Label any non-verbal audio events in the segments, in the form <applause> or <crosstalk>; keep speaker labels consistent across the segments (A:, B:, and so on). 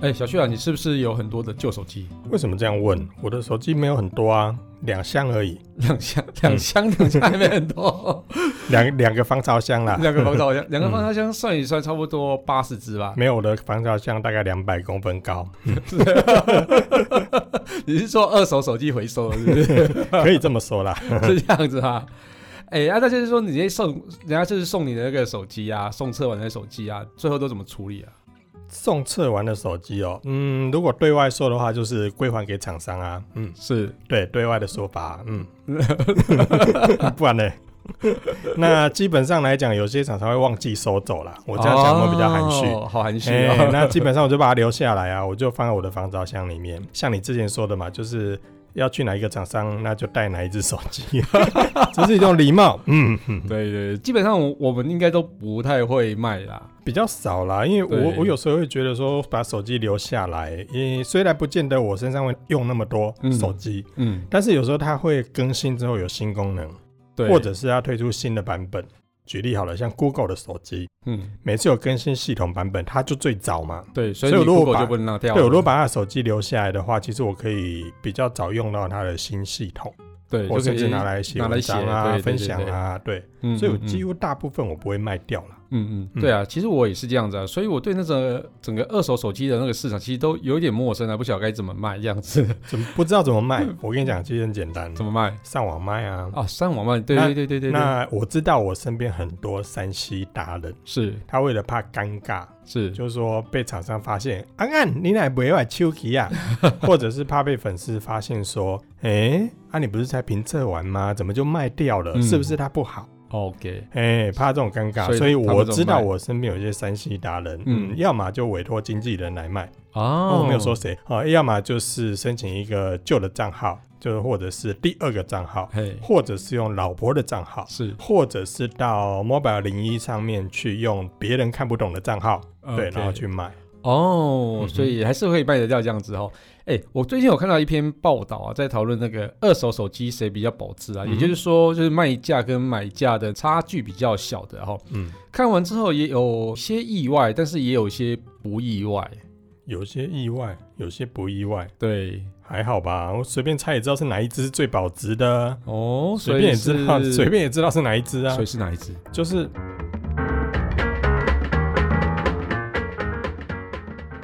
A: 哎、小旭啊，你是不是有很多的旧手机？ <laughs>
B: 为什么这样问？我的手机没有很多啊，两箱而已，
A: 两箱，两箱，两箱还没很多，
B: 两两个防潮箱啦。
A: <laughs> 两个防潮
B: 啊
A: 箱，两个防潮
B: 嗯
A: 箱算一算，差不多八十只吧。
B: 没有我的防潮箱大概两百公分高，
A: <laughs> 你是做二手手机回收的，是不
B: <laughs>
A: 是？
B: 可以这么说啦。 <laughs>
A: 是这样子啊。哎、啊，那就是说，你那送人家就是送你的那个手机啊，送测完的手机啊，最后都怎么处理啊？
B: 送测完的手机哦，嗯，如果对外说的话，就是归还给厂商啊。嗯，
A: 是，
B: 对，对外的说法，嗯，不然呢？那基本上来讲，有些厂商会忘记收走啦。我这样讲会比较含蓄。
A: 哦、好含蓄
B: 哎、
A: <laughs> 哦。
B: 那基本上我就把它留下来啊，我就放在我的防潮箱里面。像你之前说的嘛，就是要去哪一个厂商，那就带哪一只手机，这是一种礼貌。嗯，
A: 对对，对基本上我我们应该都不太会卖啦。
B: 比较少啦，因为
A: 对
B: 我我有时候会觉得说，把手机留下来，因为虽然不见得我身上会用那么多
A: 嗯
B: 手机，
A: 嗯，
B: 但是有时候它会更新之后有新功能，
A: 对，
B: 或者是它推出新的版本。举例好了，像 Google 的手机，
A: 嗯，
B: 每次有更新系统版本，它就最早嘛。
A: 对，所以
B: 所以
A: 你
B: 如果
A: Google
B: 把
A: 就不能拿掉了。
B: 对，我如果把它的手机留下来的话，其实我可以比较早用到它的新系统，
A: 对，
B: 我
A: 就可
B: 甚
A: 以
B: 至拿来写
A: 拿来
B: 文
A: 写
B: 章啊、
A: 对对对
B: 分享啊，对，
A: 嗯
B: 所以我
A: 嗯嗯
B: 几乎大部分我不会卖掉了。
A: 嗯嗯，
B: 嗯
A: 对啊，其实我也是这样子啊，所以我对那个整个二手手机的那个市场其实都有一点陌生啊，不晓得该怎么卖这样子， <laughs>
B: 怎么不知道怎么卖？我跟你讲，其实很简单，
A: 怎么卖
B: 上网卖啊。
A: 啊？上网卖，对
B: 那
A: 对对对对对，
B: 那我知道我身边很多山西达人，
A: 是
B: 他为了怕尴尬，
A: 是，
B: 就是说被厂商发现，安安你哪不会玩手机
A: <laughs>
B: 啊？或者是怕被粉丝发现说，哎、啊你不是才评测完吗？怎么就卖掉了？
A: 嗯
B: 是不是它不好？
A: OK，
B: 哎、怕这种尴尬，
A: 所以
B: 所以
A: 他们
B: 我
A: 怎么
B: 知道
A: 卖
B: 我身边有一些山西达人，
A: 嗯
B: 嗯，要么就委托经纪人来卖，
A: 哦，
B: 我没有说，谁啊、要么就是申请一个旧的账号，就是或者是第二个账号，
A: 嘿，
B: 或者是用老婆的账号，
A: 是，
B: 或者是到 Mobile 零一上面去用别人看不懂的账号，对，
A: OK
B: 然后去卖。
A: 哦
B: 嗯，
A: 所以还是会卖得掉这样子哦。哎、我最近有看到一篇报道啊，在讨论那个二手手机谁比较保值啊，
B: 嗯
A: 也就是说，就是卖价跟买价的差距比较小的哈、哦。
B: 嗯，
A: 看完之后也有些意外，但是也有些不意外。
B: 有些意外，有些不意外，
A: 对，
B: 还好吧。我随便猜也知道是哪一只是最保值的，
A: 哦，
B: 随便也知道，随
A: 便
B: 便也知道是哪一只啊
A: 所以。是哪一只？
B: 就是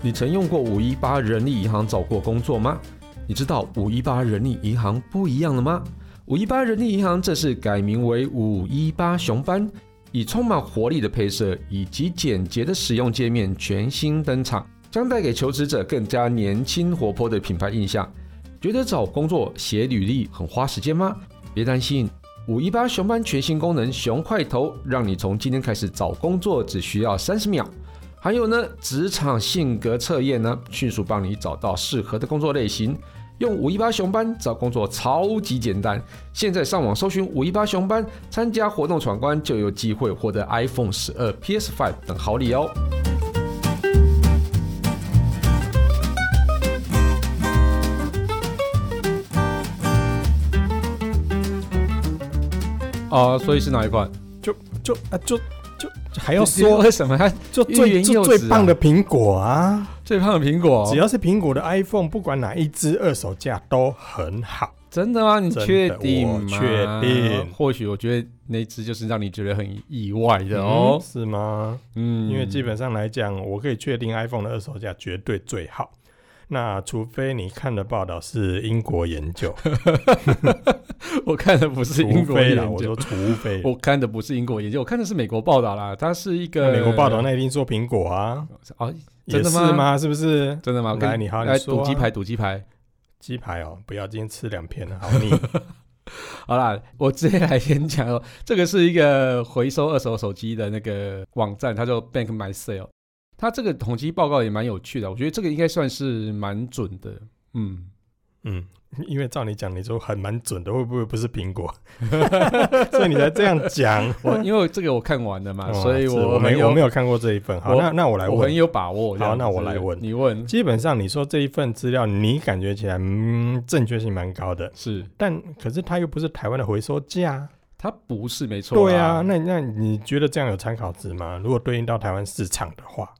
A: 你曾用过五一八人力银行找过工作吗？你知道五一八人力银行不一样了吗？五一八人力银行正式改名为五一八熊班，以充满活力的配色以及简洁的使用界面全新登场，将带给求职者更加年轻活泼的品牌印象。觉得找工作写履历很花时间吗？别担心，五一八熊班全新功能“熊快投”，让你从今天开始找工作只需要三十秒。还有呢，职场性格测验呢，迅速帮你找到适合的工作类型。用五一八熊班找工作超级简单，现在上网搜寻五一八熊班，参加活动闯关就有机会获得 iPhone 十二、PS Five 等好礼哦。啊、所以是哪一款？
B: 就啊，就就就
A: <laughs>
B: 还要哎说，
A: 为什么它
B: 就
A: 欲
B: 最
A: 言又止
B: 就
A: 啊
B: 最棒的苹果啊！
A: 最胖的苹果？哦
B: 只要是苹果的 iPhone，不管哪一只，二手价都很好。
A: 真的吗？你
B: 真的
A: 确定吗？
B: 我确定
A: 或许我觉得那只就是让你觉得很意外的
B: 嗯
A: 哦。
B: 是吗？
A: 嗯，
B: 因为基本上来讲，我可以确定 iPhone 的二手价绝对最好。那除非你看的报道是英国研究，
A: 我看的不 <laughs> 是英
B: 除
A: 国
B: 非啦，
A: 研
B: 我
A: 究
B: 说，除非。
A: 我看的不是英国研究，我看的是美国报道啦。它是一
B: 那
A: 个
B: 美国报道那一定说苹果啊，
A: 哦，真
B: 也
A: 的
B: 是
A: 吗
B: 吗？是不是？
A: 真的吗？
B: 来
A: 跟
B: 你好你
A: 来
B: 说
A: 赌
B: 啊
A: 鸡排，赌鸡排。
B: 鸡排哦，不要，今天吃两片了，好腻。
A: 好啦，我直接来先讲哦。 <laughs> 这个是一个回收二手手机的那个网站，它叫 Bank My Sale。他这个统计报告也蛮有趣的，我觉得这个应该算是蛮准的。嗯，
B: 嗯，因为照你讲，你说很蛮准的，会不会不是苹果？ <laughs> 所以你才这样
A: <laughs>
B: 讲。 <laughs>
A: 我因为这个我看完了嘛，
B: 哇
A: 啊所以
B: 哦是
A: 我
B: 我
A: 很
B: 没
A: 有
B: 我没有看过这一份。好，
A: 我
B: 那那我来
A: 我很
B: 问。
A: 有把握。这样子
B: 好那我来问
A: 你问
B: 基本上你说这一份资料，你感觉起来，嗯，正确性蛮高的，
A: 是
B: 但可是它又不是台湾的回收价。
A: 它不是没错啦？
B: 对啊，那那你觉得这样有参考值吗？如果对应到台湾市场的话，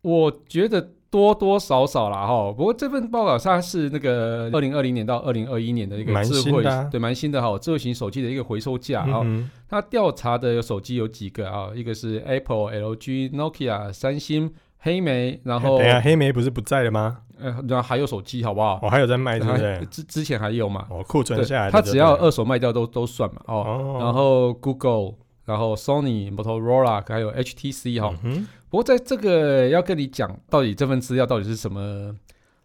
A: 我觉得多多少少啦哈。不过这份报告它是那个二零二零年到二零二一年的一个
B: 蛮
A: 智
B: 新
A: 慧
B: 的啊
A: 对蛮新的哈，智慧型手机的一个回收价哈。
B: 嗯
A: 它调查的手机有几个啊？一个是 Apple、LG、Nokia、三星、黑莓，然
B: 哼，
A: 后
B: 哎等一下黑莓不是不在了吗？
A: 呃，然后还有手机，好不好？
B: 我还有在卖，对不
A: 还
B: 对？
A: 之之前还有嘛？
B: 我库存
A: 对
B: 下来的
A: 它
B: 就
A: 只要
B: 对了
A: 二手卖掉都都算嘛哦。
B: 哦，
A: 然后 Google，然后 Sony、Motorola，还有 HTC 哈、
B: 嗯哼，
A: 不过在这个要跟你讲，到底这份资料到底是什么？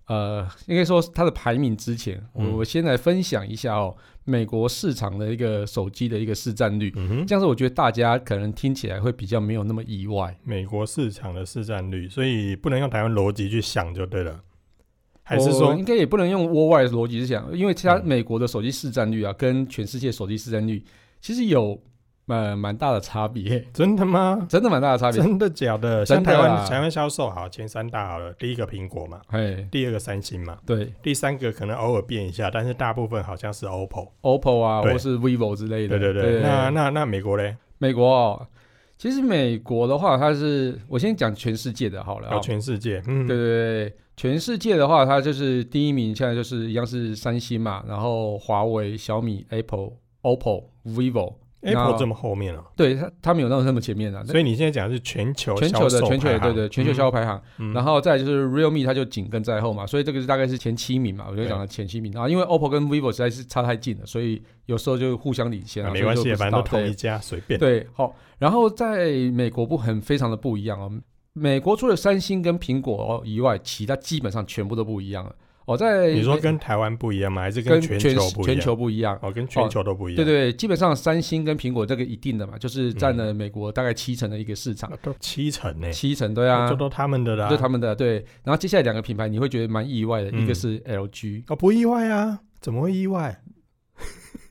A: 呃，应该说它的排名之前，我、
B: 嗯
A: 我先来分享一下哦，美国市场的一个手机的一个市占率。
B: 嗯哼，
A: 这样子，我觉得大家可能听起来会比较没有那么意外。
B: 美国市场的市占率，所以不能用台湾逻辑去想就对了，还是说
A: 我应该也不能用 worldwide 的逻辑去想，因为其他
B: 嗯
A: 美国的手机市占率啊，跟全世界手机市占率其实有呃蛮大的差别，
B: 真的吗？
A: 真的蛮大的差别。
B: 真的假的？
A: 真
B: 像
A: 的
B: 台
A: 啦
B: 湾台湾销售好，前三大好了，第一个苹果嘛，
A: 哎，
B: 第二个三星嘛，
A: 对
B: 第三个可能偶尔变一下，但是大部分好像是 OPPO。
A: ，OPPO 啊，
B: 对
A: 或是 vivo 之类
B: 对
A: 的。
B: 对对，那那那美国嘞，
A: 美国哦，其实美国的话，它是我先讲全世界的好了、
B: 到
A: 哦。
B: 全世界，嗯，
A: 对对对，全世界的话，它就是第一名，现在就是一样是三星嘛，然后华为、小米、Apple、OPPO、vivo，那
B: Apple 这么后面了、
A: 对它它没有到那么前面啊。
B: 所以你现在讲的是全球
A: 全球
B: 销
A: 的
B: 售
A: 全球
B: 排
A: 的
B: 行
A: 对对全球销售排行，
B: 嗯
A: 然后再来就是 Realme 它就紧跟在后嘛，所以这个是大概是前七名嘛，我就
B: 对
A: 讲了前七名。然后因为 OPPO 跟 vivo 实在是差太近了，所以有时候就互相领先、
B: 啊
A: 啊，
B: 没关
A: 所以
B: 系，
A: 就不知
B: 反
A: 道
B: 正都同
A: 对
B: 一家，随便。
A: 对，好。然后在美国不很非常的不一样哦，美国除了三星跟苹果哦以外，其他基本上全部都不一样了。哦，在
B: 你说
A: 美
B: 跟台湾不一样吗？还是
A: 跟
B: 全
A: 全
B: 球不一样？
A: 全球不一样。
B: 哦，跟全
A: 哦
B: 球都不一样。嗯
A: 对对，基本上三星跟苹果这个一定的嘛，就是占了美国大概七成的一个市场，
B: 啊都七成呢、
A: 七成对啊
B: 这，哦都他们的啦，
A: 就他们的对。然后接下来两个品牌你会觉得蛮意外的，一个
B: 嗯
A: 是 LG，
B: 哦，不意外啊，怎么会意外？
A: <laughs>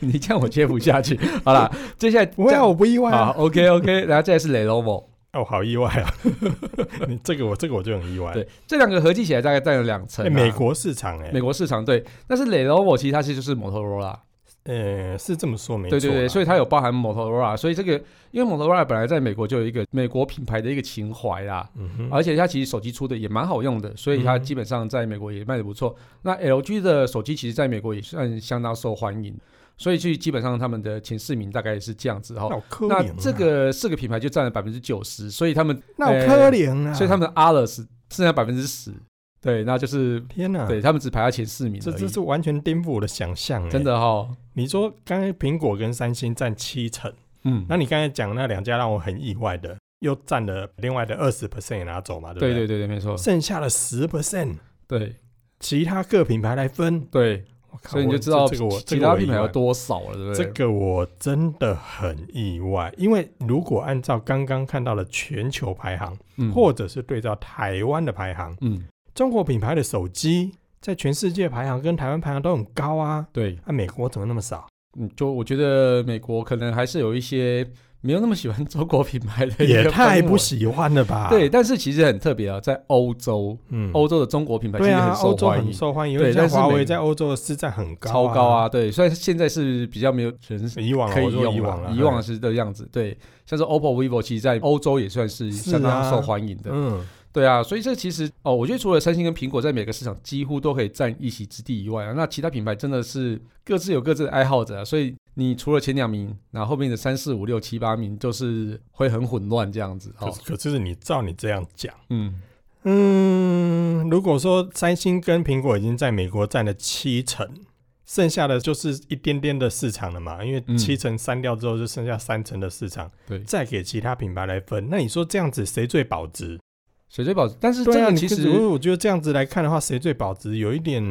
A: 你这样我接不下去。好啦，接下来
B: 不会
A: 这
B: 啊，
A: 样
B: 我不意外
A: 好
B: 啊。
A: ，OK OK，然后再来是
B: <laughs>
A: Lenovo，
B: 哦，好意外啊！ <laughs> 你这个我这个我就很意外。
A: 对，这两个合计起来大概占了两成
B: 哎、
A: 啊。
B: 美国市场哎、
A: 美国市场对，但是 Lenovo 其实它其实就是 Motorola，
B: 呃，是这么说没错
A: 对
B: 啦。
A: 对对，所
B: 以
A: 以它有包含 Motorola，所以这个因为 Motorola 本来在美国就有一个美国品牌的一个情怀啦，
B: 嗯哼，
A: 而且它其实手机出的也蛮好用的，所以它
B: 嗯
A: 基本上在美国也卖的不错。那 LG 的手机其实在美国也算相当受欢迎，所以去基本上他们的前四名大概是这样子哈。
B: 脑科
A: 那
B: 研、啊，
A: 这个四个品牌就占了百分之九十，所以他们
B: 脑科研啊、
A: 呃所以他们的 others 剩下百分之十，对，那就是
B: 天哪、
A: 对他们只排在前四名而
B: 啊这这
A: 已，
B: 是完全颠覆我的想象、哎
A: 真。的哈，
B: 你说刚才苹果跟三星占七成，
A: 嗯，
B: 那你刚才讲那两家让我很意外的，又占了另外的二十 percent 拿走嘛，对不
A: 对对
B: 对
A: 对对，没错，
B: 剩下的十 percent
A: 对
B: 其他各品牌来分，
A: 对，
B: 我靠
A: 所以你
B: 我
A: 就知道
B: 这这个我
A: 其他品牌有
B: 要。
A: 多少了，对不
B: 这
A: 对？
B: 个我真的很意外，因为如果按照刚刚看到的全球排行，
A: 嗯
B: 或者是对照台湾的排行，
A: 嗯，
B: 中国品牌的手机在全世界排行跟台湾排行都很高啊，
A: 对，
B: 啊，美国怎么那么
A: <laughs>
B: 少？
A: 嗯，就我觉得美国可能还是有一些没有那么喜欢中国品牌的，
B: 也太不。喜欢了吧？
A: 对，，但是其实很特别啊，在欧洲，
B: 嗯，
A: 欧洲的中国品牌其
B: 对
A: 实
B: 啊，
A: 很
B: 欧
A: 受
B: 洲
A: 欢
B: 很
A: 迎，
B: 受欢迎，
A: 对
B: 因为像
A: 但是
B: 华
A: 美
B: 为在欧洲的市占很高，
A: 超高！啊，对，虽然现在是比较没有人
B: 以往啊
A: 可以
B: 我说
A: 用
B: 以往
A: 了，
B: 啊
A: 以往是这样子，对，像是 OPPO、vivo，其实在欧洲也算是
B: 是
A: 相当
B: 啊
A: 受欢迎的，
B: 嗯，
A: 对啊，所以这其实哦，我觉得除了三星跟苹果在每个市场几乎都可以占一席之地以外啊，那其他品牌真的是各自有各自的爱好者、啊，所以你除了前两名，然后后面的三四五六七八名就是会很混乱这样子
B: 可
A: 哦
B: 是。可是你照你这样讲。
A: 嗯，
B: 嗯，如果说三星跟苹果已经在美国占了七成，剩下的就是一点点的市场了嘛，因
A: 嗯
B: 为七成删掉之后就剩下三成的市场，
A: 对
B: 再给其他品牌来分。那你说这样子谁最保值？
A: 水最保，但嗯是这
B: 对啊，
A: 个
B: 你
A: 其
B: 可
A: 实、
B: 是我我觉得这样子来看的话，谁最保值有一点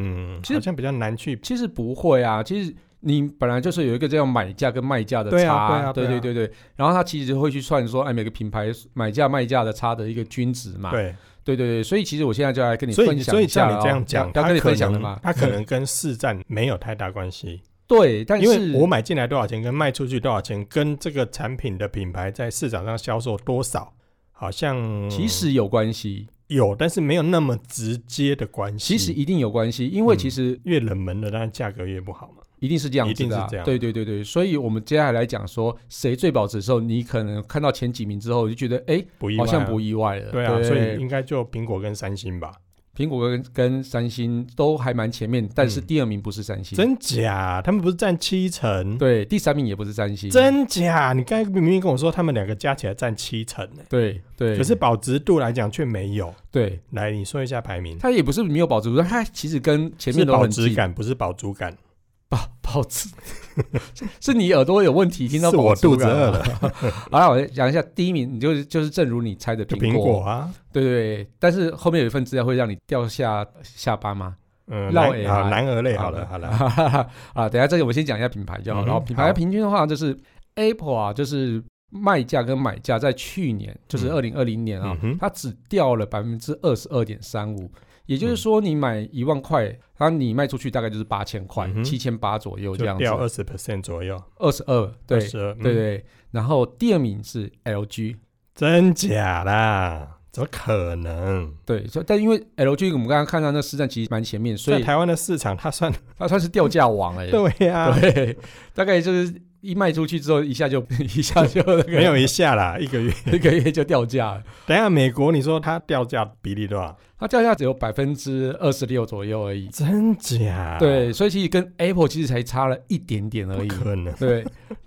A: 其实
B: 好像比较难去。
A: 其实不会啊，其实你本来就是有一个这样买价跟卖价的差，
B: 对啊对啊
A: 对
B: 对
A: 对
B: 啊
A: 对对然后他其实会去算说，哎，每个品牌买价卖价的差的一个均值嘛。
B: 对，
A: 对对对，所以其实我现在就来跟你
B: 所以
A: 分
B: 你
A: 享
B: 所
A: 一
B: 以
A: 下哦，
B: 像你这样讲，
A: 要要
B: 它
A: 跟你
B: 可
A: 分享的
B: 能
A: 嘛。
B: 它可能跟市占没有太大关系，
A: <laughs> 对， <laughs> 但
B: 因
A: 是
B: 为我买进来多少钱，跟卖出去多少钱，跟这个产品的品牌在市场上销售多少，好像
A: 其实有关
B: 嗯
A: 系，
B: 有，但是没有那么直接的关系。
A: 其实一定有关
B: 嗯
A: 系，因为其实
B: 越冷门的，当然价格越不好嘛。
A: 一定是这样
B: 一
A: 子
B: 定
A: 的、
B: 是
A: 啊
B: 这样
A: 对对对对，所以我们接下来讲说谁最保值的时候，你可能看到前几名之后，你就觉得哎、
B: 不意外、
A: 好
B: 啊，
A: 像不意外了。
B: 对啊，所以应该就苹果跟三星吧？
A: 苹果跟跟三星都还蛮前面，但是
B: 嗯
A: 第二名不是三星，
B: 真假？他们不是占七成？
A: 对，第三名也不是三星，
B: 真假？你刚才明明跟我说他们两个加起来占七成呢、
A: 对对，
B: 可是保值度来讲却没有。
A: 对
B: 来，你说一下排名。
A: 它也不是没有保值度，但它其实跟前面
B: 是
A: 都
B: 保
A: 很
B: 值
A: 近，
B: 感，不是饱足感。
A: 保保值， <laughs> 是你耳朵有问题，听到
B: 是
A: 保
B: 我
A: 值
B: 肚子
A: 感
B: 饿
A: 吗。
B: 了，
A: 好了，我来讲一下第一名，你就是就是正如你猜的
B: 就
A: <laughs> 苹
B: 苹果啊，
A: 对对对，但是后面有一份资料会让你掉下下巴吗？
B: 嗯，
A: 绕
B: 男
A: A
B: 好
A: 啊
B: 男儿哎类好了好了，
A: <laughs> 啊，等一下这个我先讲一下品牌就好。
B: 嗯哼
A: 然后品牌
B: 好
A: 平均的话，就是 Apple 啊，就是卖价跟买价在去年，就是
B: 嗯
A: 二零二零年啊
B: 嗯，哼
A: 它只掉了百分之二十二点三五。也就是说，你买一万块，然后你卖出去大概就是八千块
B: 嗯，哼
A: 七千八左右这
B: 就
A: 样
B: 掉
A: 子，
B: 二十 percent 左右，
A: 二十二，对对
B: 22，嗯，
A: 对。然后第二名是 LG，
B: 真假啦？怎么可能？
A: 对，所以但因为 LG 我们刚刚看到那市占其实蛮前面，所
B: 在
A: 以
B: 台湾的市场，它算
A: 它算是掉价王哎、
B: <laughs> 对啊呀、
A: 对，大概就是一卖出去之后，一下就 <laughs> 一下就那个
B: 没有一下啦，一个月。
A: 一个月就掉价了。
B: 等一下，美国你说它掉价比例多少？
A: 它掉价只有百分之二十六左右而已。
B: 真假？
A: 对，，所以其实跟 Apple 其实才差了一点点而
B: 啊不
A: 已。
B: 可能。
A: 对，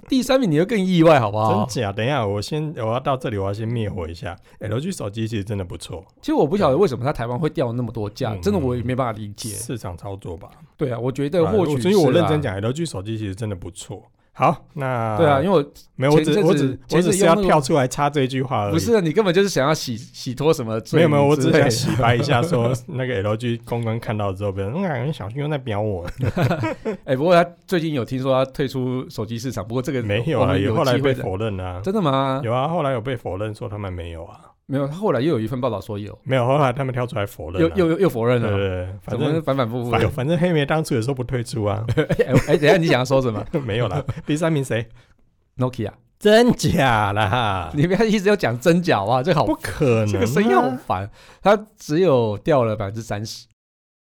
A: 第三名你就更意外，好不好
B: 真？假？等一下，我先我要到这里，我要先灭火一下。LG 手机其实真的不错，
A: 其实我不晓得为什么它台湾会掉那么多价，
B: 嗯
A: 真的我也没办法理解。
B: 市场操作吧。
A: 对啊，我觉得或许
B: 所以我
A: 是啊
B: 认真，讲，LG 手机其实真的不错。好，那
A: 对啊，因为我
B: 没有，我只
A: 前阵子
B: 我只我
A: 前阵子
B: 只是要
A: 用那个
B: 跳出来插这一句话而已。
A: 不是啊你根本就是想要洗洗脱什么罪
B: 没有没有，我
A: 名
B: 只是
A: 之类
B: 想
A: 的
B: 洗白一下，说那个 LG 公关看到之后，别人那很小心又在表我，
A: <laughs> 哎、不过他最近有听说他退出手机市场，不过这个
B: 没有
A: 我
B: 啊，
A: 们
B: 也
A: 有
B: 后来
A: 机会
B: 被
A: 的
B: 否认啊，
A: 真的吗？
B: 有啊，后来有被否认说他们没有啊，
A: 没有，他后来又有一份报道说有，
B: 没有，后来他们跳出来否认
A: 又
B: 啊，
A: 又又又否认
B: 对对
A: 了，
B: 对，
A: 怎
B: 反
A: 么
B: 正
A: 反反复复的？
B: 反反正黑莓当初也说不退出啊，
A: <laughs>
B: <laughs>
A: 哎、哎等一下你想要说什么 <laughs>
B: 没有啦，第三名谁？
A: ？Nokia，
B: 真假啦？
A: 你不要一直要讲真假啊，这个好
B: 不可能啊，
A: 这个声音好烦。它只有掉了百分之三十，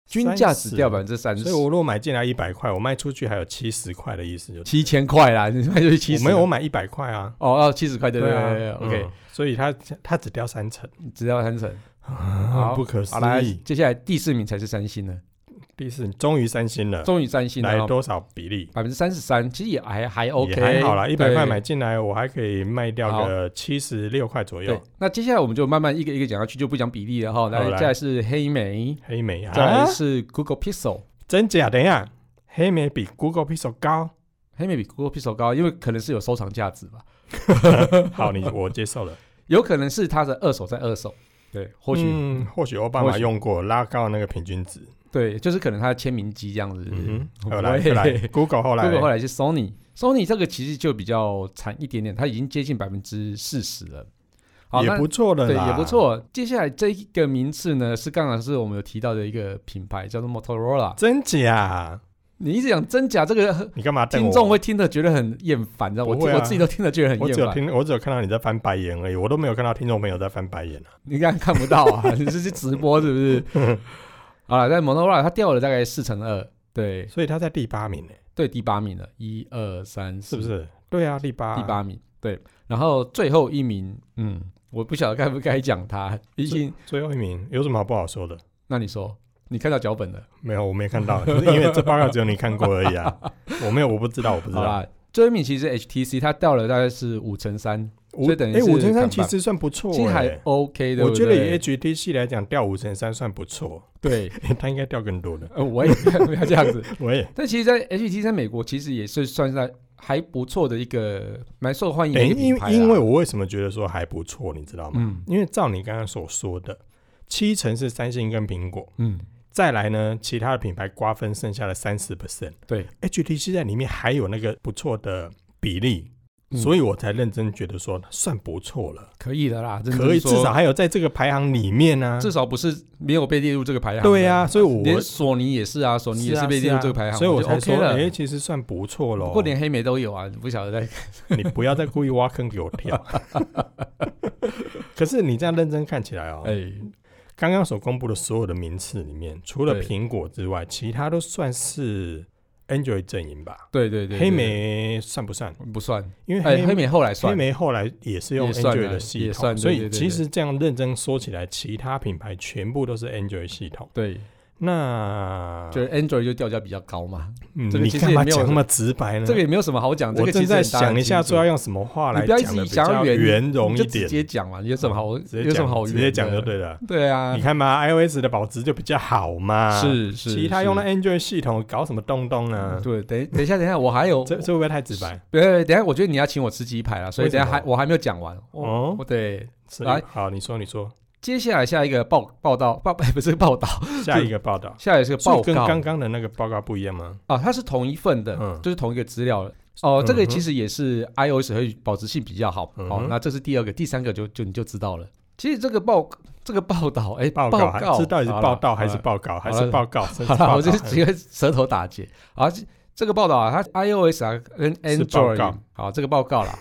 A: 均价只掉百分之三十
B: 所以，我如果买进来一百块，我卖出去还有七十块的意思，就是
A: 七千块啦，你卖就是七
B: 我
A: 十，
B: 没有，我买一百块啊。
A: 哦哦七十块，对对对对
B: 啊
A: ，OK，、
B: 嗯所以它它只掉三成，
A: 只要三成。
B: 啊不可思
A: 好啦
B: 议，。
A: 接下来第四名才是三星呢，
B: 第四，终于三星了，
A: 终于三星了
B: 来
A: 哦，
B: 多少比例？
A: 百分之三十三，其实也还还 OK，
B: 也还好啦，一百
A: 对
B: 块买进来，我还可以卖掉个七十六块左
A: 对
B: 右。，
A: 那接下来我们就慢慢一个一个讲下去，就不讲比例了哈。来
B: 好，来
A: 再来是黑莓，
B: 黑莓啊，
A: 再来是 Google Pixel，、
B: 真假？等一下，黑莓比 Google Pixel 高。
A: 黑莓比 Google Pixel 高，因为可能是有收藏价值吧，
B: 好，你我接受了。
A: 有可能是它的二手在二手，对，或许、
B: 嗯或许奥巴
A: 或
B: 马
A: 许
B: 用过，拉高那个平均值。
A: 对，就是可能它的签名机这样子。
B: 嗯哼，
A: 喂
B: 后来后
A: <laughs>
B: 来，Google 后来
A: Google 后来是 Sony，Sony 这个其实就比较惨一点点，它已经接近百分之四十了。好，
B: 也
A: 那
B: 不错的
A: 对，
B: 嗯啦，
A: 也不。错。接下来这一个名次呢，是刚好是我们有提到的一个品牌，叫做 Motorola。
B: 真假？
A: 你一直讲真假，这个
B: 你干嘛瞪
A: 听众
B: 哎我？
A: 会啊听得觉得很厌烦，你知道我
B: 不会啊
A: 我自己都听得觉得很
B: 我只
A: 厌
B: 有
A: 烦。
B: 听，我只有看到你在翻白眼而已，我都没有看到听众朋友在翻白眼啊。
A: 你刚刚看不到
B: <laughs>
A: 啊，你这是直播是不是？好了，在 Motorola 它掉了大概四成二，对
B: 所以他在第八名呢，欸
A: 对，第八名了，一二三，
B: 是不
A: 四
B: 是？对啊，第八，
A: 第八名？对，然后最后一名，嗯，我不晓得该不该讲它，毕竟
B: 最后一名有什么好不好说的？
A: 那你说你看到脚本了，
B: 没有，我没
A: <laughs>
B: 看到，可是因为这报告只有你看过而已啊。我没有，我不知道，我不知
A: 好
B: 道。
A: 啦，最后一名其实是 HTC 它掉了大概是五成三，
B: 五
A: 所以等于
B: 哎，
A: 是
B: 五乘三
A: 看
B: 其实算不错
A: 其实还
B: 哎，
A: OK 的，
B: 我觉得以
A: 也
B: HTC 来讲，掉五乘三算不错，
A: 对，
B: 它应该掉更多的。
A: 呃，我也 <laughs> 不要这样
B: <laughs>
A: 子。
B: 我也
A: 但其实，在 HT 在美国其实也是算是在还不错的一个蛮受欢迎的
B: 等
A: 一
B: 于
A: 个品
B: 因
A: 牌啦、啊
B: 因为我为什么觉得说还不错，你知道吗？
A: 嗯
B: 因为照你刚刚所说的，七成是三星跟苹果，
A: 嗯，
B: 再来呢，其他的品牌瓜分剩下的三十 percent，
A: 对
B: ，HTC 在里面还有那个不错的比例，
A: 嗯
B: 所以我才认真觉得说算不错了，
A: 可以的啦，认真
B: 可以
A: 说
B: 至少还有在这个排行里面呢、
A: 至少不是没有被列入这个排行。
B: 对呀、，所以我
A: 连索尼也是啊，索尼也是被列入这个排行，
B: 所以我
A: 就
B: 才说，
A: OK
B: 哎、
A: 了。
B: 其实算不错咯。
A: 不过连黑莓都有啊，你不晓得在
B: <laughs> 你不要再故意挖坑给我跳。 <laughs> 可是你这样认真看起来哦，
A: 哎，
B: 刚刚所公布的所有的名次里面，除了
A: 对
B: 苹果之外，其他都算是 Android 阵营吧。
A: 对对对，对
B: 黑莓算不算？
A: 不算，
B: 因为
A: 哎，
B: 黑
A: 黑莓后来
B: 黑
A: 算，
B: 莓后来也是用
A: 也算啊
B: Android 的系
A: 也算对
B: 统，所
A: 对
B: 以
A: 对
B: 其实这样认真说起来，其他品牌全部都是 Android 系统。
A: 对，
B: 那
A: 就是 Android 就掉价比较高嘛，
B: 嗯
A: 这个
B: 你
A: 其实
B: 干嘛
A: 也没有
B: 讲那么直白呢？
A: 这个也没有什么好讲。这
B: 啊我
A: 个其
B: 正
A: 实
B: 在
A: 很大家
B: 想一下，
A: 清楚
B: 说要用什么话来
A: 你不要
B: 讲的
A: 一
B: 比
A: 直想要
B: 较
A: 圆
B: 圆融
A: 你
B: 一
A: 就
B: 点
A: 直，
B: 哦
A: 接讲嘛，有什么好，
B: 直
A: 有
B: 接
A: 什么
B: 讲，
A: 好
B: 直
A: 圆
B: 接
A: 的
B: 讲就。对了。
A: 对啊
B: 你，看嘛，iOS 的保值就比较好嘛，，
A: 是是，嗯
B: 其他用
A: 是
B: 了 Android 系统搞什么东东呢？
A: 对，等等一下，等一下，我还有，
B: 这这会不会太直白？
A: 呃，等一下，我觉得你要请我吃鸡排了，所以
B: 为什
A: 等一
B: 么
A: 下还我还没有讲完。哦，
B: 哦，
A: 我对，
B: 所
A: 来
B: 以好，你说你说，
A: 接下来下一个报报道报 <laughs> 不是报道，
B: 下一个报道，
A: 下一个是个
B: 所以
A: 报
B: 跟
A: 告
B: 刚刚的那个报告不一样吗？
A: 啊，它是同一份的，
B: 嗯
A: 就是同一个资料。哦，这个
B: 嗯哼
A: 其实也是 iOS 会保值性比较好。
B: 嗯
A: 哦
B: 哼，
A: 那这是第二个，第三个就就你就知道了。其实这个报这个报道，哎，
B: 报
A: 告
B: 还这到底是
A: 好
B: 报
A: 了
B: 道还是
A: 好了
B: 报告还
A: 好
B: 是
A: 了
B: 报告？真是
A: 好
B: 报
A: 了，
B: 告
A: 我就是直接舌头打结。啊，这这个报道啊，它 iOS 啊跟
B: 是报
A: Android
B: 告
A: 好，这个报告啦，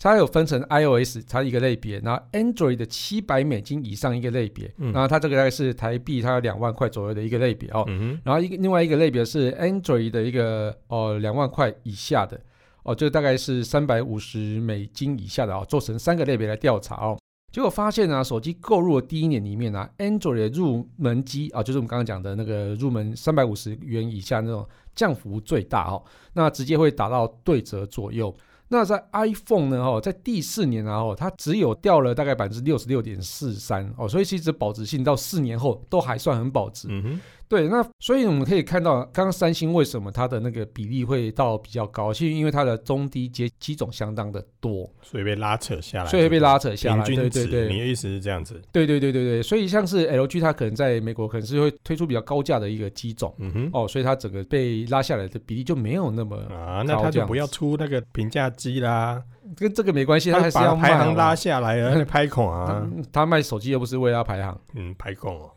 A: 它有分成 iOS 它一个类别，然后 Android 的七百美金以上一个类别，
B: 嗯
A: 然后它这个大概是台币它有两万块左右的一个类别哦。
B: 嗯
A: 然后一个另外一个类别是 Android 的一个哦两万块以下的哦，这个大概是三百五十美金以下的哦，做成三个类别来调查哦。结果发现呢、手机购入的第一年里面呢、啊、，Android 的入门机啊，就是我们刚刚讲的那个入门三百五十元以下那种降幅最大哦，那直接会达到对折左右。那在 iPhone 呢，哦，在第四年然、啊、后它只有掉了大概百分之六十六点四三哦，所以其实保值性到四年后都还算很保值。
B: 嗯哼，
A: 对，那所以我们可以看到，刚刚三星为什么它的那个比例会到比较高，其实因为它的中低阶机种相当的多，
B: 所以被拉扯下来，
A: 所以会被拉扯下
B: 平
A: 来。对
B: 均
A: 对
B: 值，
A: 对，
B: 你的意思是这样子？
A: 对对对对对，所以像是 LG 它可能在美国可能是会推出比较高价的一个机种
B: 嗯哼，
A: 哦，所以它整个被拉下来的比例就没有那么、
B: 啊，那
A: 高
B: 他
A: 哦这
B: 就
A: 样
B: 不要
A: 子
B: 出那个评价机啦，
A: 跟这个没关系，它还是
B: 嗯把
A: 要卖嗯
B: 排行
A: 嘛
B: 拉。下
A: <laughs>
B: 来了，那拍孔啊
A: 它，它卖手机又不是为了要排
B: <laughs>
A: 行，
B: 嗯，拍孔哦。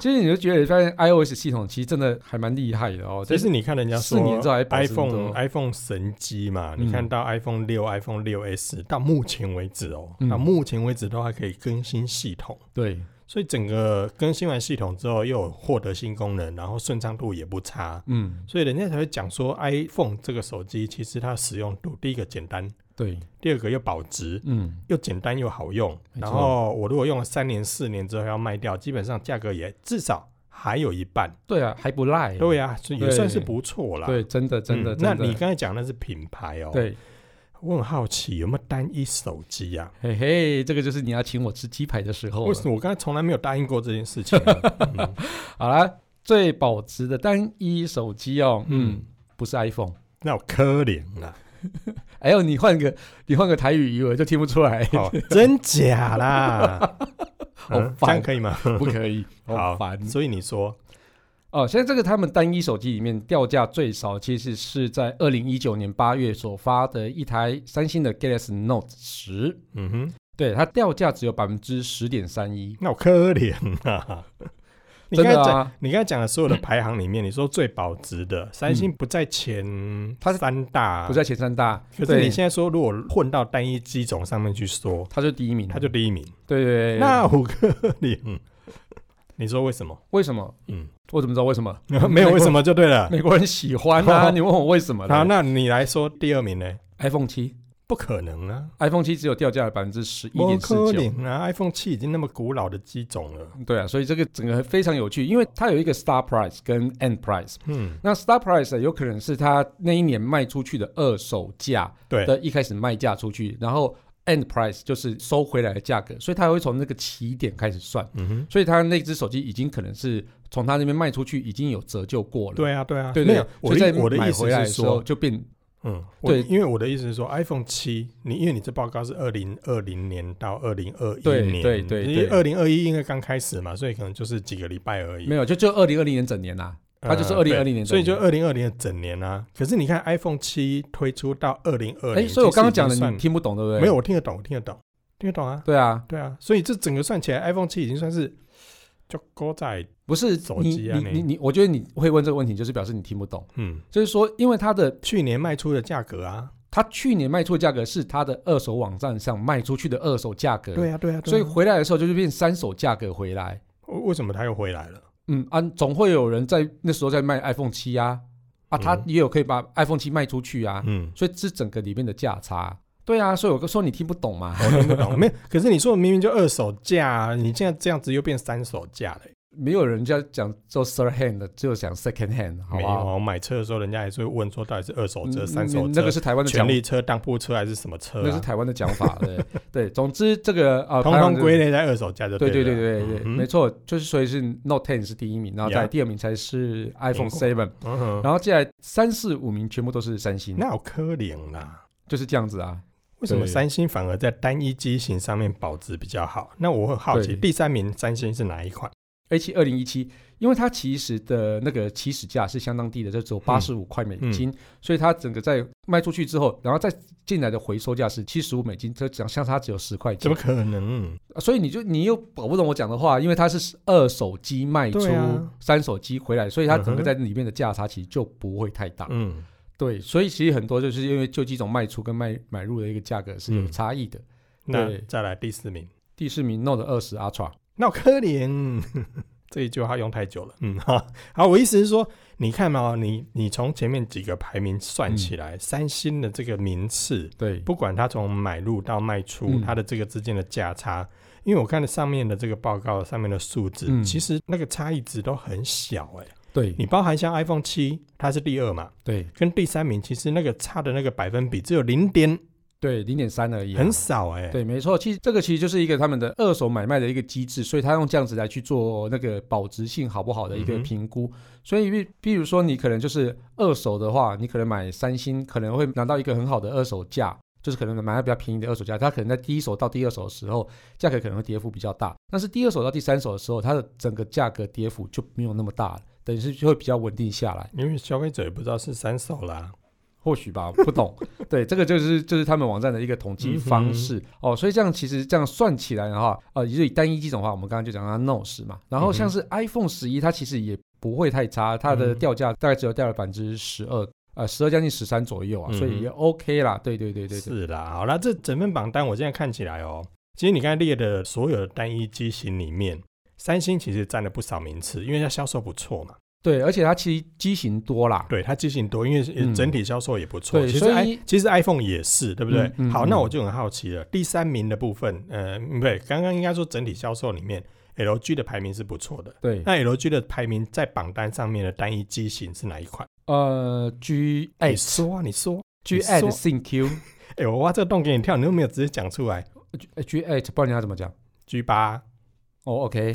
A: 其实你就觉得发现 iOS 系统其实真的还蛮厉害的哦。
B: 其
A: 就是
B: 实你看人家说
A: 四年之后还保持这么多
B: iPhone iPhone 神机嘛，
A: 嗯
B: 你看到 iPhone 六、iPhone 六 S 到目前为止哦，
A: 嗯
B: 到目前为止都还可以更新系统。
A: 对，
B: 所以整个更新完系统之后，又有获得新功能，然后顺畅度也不差，
A: 嗯，
B: 所以人家才会讲说 iPhone 这个手机其实它的使用度，第一个简单，
A: 对，
B: 第二个又保值，
A: 嗯。
B: 又简单又好用。
A: 没错
B: 然后我如果用了三年、四年之后要卖掉，基本上价格也至少还有一半。
A: 对啊，还不赖。
B: 对呀、所以也
A: 对
B: 算是不错啦。
A: 对，真的真的。
B: 嗯那
A: 真的
B: 你刚才讲的是品牌哦，，
A: 对，
B: 我很好奇有没有单一手机啊？
A: 嘿嘿，这个就是你要请我吃鸡排的时候
B: 为
A: 了。
B: 什么我刚才从来没有答应过这件事情啊？嗯
A: 好啦，最保值的单一手机哦， <laughs> 嗯，不是 iPhone。
B: 那我可怜
A: <laughs>
B: 啊！
A: 哎呦，你换个你换个台语语我就听不出
B: <laughs>
A: 来， <laughs>
B: 哦，真假啦？
A: 好
B: 嗯这
A: 烦
B: 样可以吗？
A: 不可以，
B: <laughs> 好
A: 烦
B: 所以你说，
A: 哦。现在这个他们单一手机里面掉价最少，其实是在二零一九年八月所发的一台三星的 Galaxy Note 十，
B: 嗯哼，
A: 对它掉价只有百分之十点三一，
B: 那我可怜啊！你
A: <laughs> 真
B: 刚才
A: 的
B: 讲，
A: 啊，
B: 你刚才讲的所有的排行里面，你说最保值的，三星不在前，
A: 嗯它是
B: 三大，啊
A: 不在。前三大，
B: 可是你
A: 对
B: 现在说，如果混到单一机种上面去说，
A: 它就第一名，
B: 它就第一名，
A: 对对对，对
B: 那我可怜。 <laughs> 你说为什么？
A: 为什么？
B: 嗯，
A: 我怎么知道为什么？
B: <laughs> 没有为什么就对了。
A: <laughs> 美国人喜欢啊！
B: <laughs> 哦
A: 你问我为什么呢
B: 好，那你来说第二名呢？
A: ？iPhone 七
B: 不可能啊，
A: ，iPhone 七只有掉价了百分之十一
B: 不
A: 点
B: 可
A: 四九。
B: 能啊！iPhone 七已经那么古老的机种了，
A: 对啊，所以这个整个非常有趣，因为它有一个 star price 跟 end price。
B: 嗯，
A: 那 star price 有可能是它那一年卖出去的二手价
B: 对，
A: 的一开始卖价出去，然后 end price 就是收回来的价格，所以它会从那个起点开始算。
B: 嗯哼，
A: 所以它那只手机已经可能是从它那边卖出去已经有折旧过了。
B: 对啊，对啊，
A: 对
B: 没
A: 对
B: 有，我
A: 所以在
B: 的我的
A: 买
B: 意思
A: 回来
B: 是
A: 的时候
B: 说，
A: 就变
B: 嗯，我
A: 对
B: 因为我的意思是说，iPhone 七，你因为你这报告是二零二零年到二零二一
A: 对
B: 年，
A: 对对
B: 因
A: 对
B: 为二零二一应该刚开始嘛，所以可能就是几个礼拜而已。
A: 没有，就就二零二零年整年啊啦、它就是
B: 呃
A: 2020
B: 对
A: 年
B: 所以就
A: 整
B: 二零二零的整年啊。可是你看 iPhone 七推出到二零二
A: 哎、
B: 零，
A: 所以我刚刚讲
B: 其实已
A: 的
B: 经
A: 你听不懂，对不对？
B: 算没有，，我听得懂，我听得懂，听得懂啊，
A: 对啊，
B: 对啊。所以这整个算起来，iPhone 七已经算是就高在
A: 不是
B: 手
A: 你
B: 机啊
A: 你
B: 你
A: 你你，我觉得你会问这个问题，就是表示你听不懂，
B: 嗯
A: 就是说，因为它的
B: 去年卖出的价格啊。
A: 它去年卖出的价格是它的二手网站上卖出去的二手价格，
B: 对啊，对啊，对啊
A: 所以回来的时候就是变三手价格回来。
B: 为为什么它又回来了？
A: 嗯啊，总会有人在那时候在卖 iPhone 七啊，啊，
B: 嗯
A: 他也有可以把 iPhone 七卖出去啊，
B: 嗯，
A: 所以这整个里面的价差。对啊，所以我说你听不懂嘛，
B: 我听不懂，没有。可是你说明明就二手价，你现在这样子又变三手价了、
A: 没有人家讲做 third hand 的，只有讲 second hand，好不
B: 没有
A: 好？
B: 啊，我买车的时候，人家还是会问说到底是二手车、
A: 嗯
B: 三手车、
A: 那个是台湾的
B: 权
A: 讲，
B: 利车、当铺车还是什么车、
A: 那是
B: 啊？
A: 台湾的讲法，对对。总之这个呃，
B: 通
A: 排行
B: 通
A: 是
B: 归类在二手价就
A: 对
B: 对嗯
A: 对对对对，没
B: 错。
A: 错，就是所以是 Note Ten 是第一名，然后在
B: Yeah
A: 第二名才是 iPhone
B: 苹果
A: Seven，
B: 嗯哼
A: 然后接下来三四五名全部都是三星，
B: 那有可怜啦，
A: 就是这样子啊。
B: 为什么
A: 对
B: 三星反而在单一机型上面保值比较好？那我很好奇，
A: 对
B: 第三名三星是哪一款？
A: A 七二零一七，因为它其实的那个起始价是相当低的，就只有
B: 嗯
A: 八十五块美金，所以它整个在卖出去之后，然后再进来的回收价是七十五美金，这只相差只有十块
B: 怎
A: 钱
B: 么，可能？
A: 啊所以你就你又搞不懂我讲的话，因为它是二手机卖出
B: 对啊
A: 三手机回来，所以它整个
B: 嗯哼
A: 在里面的价差其实就不会太大。
B: 嗯，
A: 对，所以其实很多就是因为旧机种卖出跟卖买入的一个价格是有
B: 嗯
A: 差异的。
B: 那
A: 对
B: 再来第四名，
A: 第四名 Note 二十 Ultra，
B: 那有可怜。 <laughs> 这一句话用太久了，嗯哈，好，我意思是说，你看嘛，你你从前面几个排名算起来，
A: 嗯
B: 三星的这个名次，
A: 对，
B: 不管它从买入到卖出，
A: 嗯
B: 它的这个之间的价差，因为我看了上面的这个报告上面的数字，
A: 嗯
B: 其实那个差异值都很小哎、
A: 对，
B: 你包含像 iPhone 七，它是第二嘛，
A: 对，
B: 跟第三名其实那个差的那个百分比只有零点，
A: 对，零点三而已、啊
B: 很。少哎、
A: 对，没错，其实这个其实就是一个他们的二手买卖的一个机制，所以他用这样子来去做那个保值性好不好的一个
B: 嗯哼
A: 评估。所以，比比如说你可能就是二手的话，你可能买三星可能会拿到一个很好的二手价，就是可能买到比较便宜的二手价，它可能在第一手到第二手的时候，价格可能会跌幅比较大，但是第二手到第三手的时候，它的整个价格跌幅就没有那么大了，等于是就会比较稳定下来。
B: 因为消费者也不知道是三手啦，
A: 或许吧，不懂。 <laughs> 对，这个就是就是他们网站的一个统
B: 嗯
A: 计方式、哦，所以这样其实这样算起来的话，呃，也就是以单一机种的话，我们刚刚就讲到 Note 十嘛，然后像是 iPhone 十一，它其实也不会太差，它的
B: 嗯
A: 掉价大概只有掉了百分之十二，呃，十二将近十三左右啊，
B: 嗯哼
A: 所以也 OK 啦。对对对对对，
B: 是啦，好啦，这整份榜单我现在看起来哦，其实你刚才列的所有的单一机型里面，三星其实占了不少名次，因为它销售不错嘛。
A: 对，而且它其实机型多啦，
B: 对，它机型多，因为
A: 嗯
B: 也整体销售也不错。
A: 对
B: 其实
A: 所
B: i
A: 以
B: 其实 iPhone 也是，对不对？
A: 嗯嗯
B: 好，
A: 嗯
B: 那我就很好奇了，第三名的部分，呃，不对，刚刚应该说整体销售里面，LG 的排名是不错的。
A: 对，
B: 那 LG 的排名在榜单上面的单一机型是哪一款？
A: 呃，G
B: 你
A: S
B: 说啊，你说，
A: G
B: 你说
A: S C Q
B: <laughs> 哎、我挖这个洞给你跳，你又没有直接讲出来。
A: G S，不知道你要怎么讲。
B: G 八，
A: 哦，OK，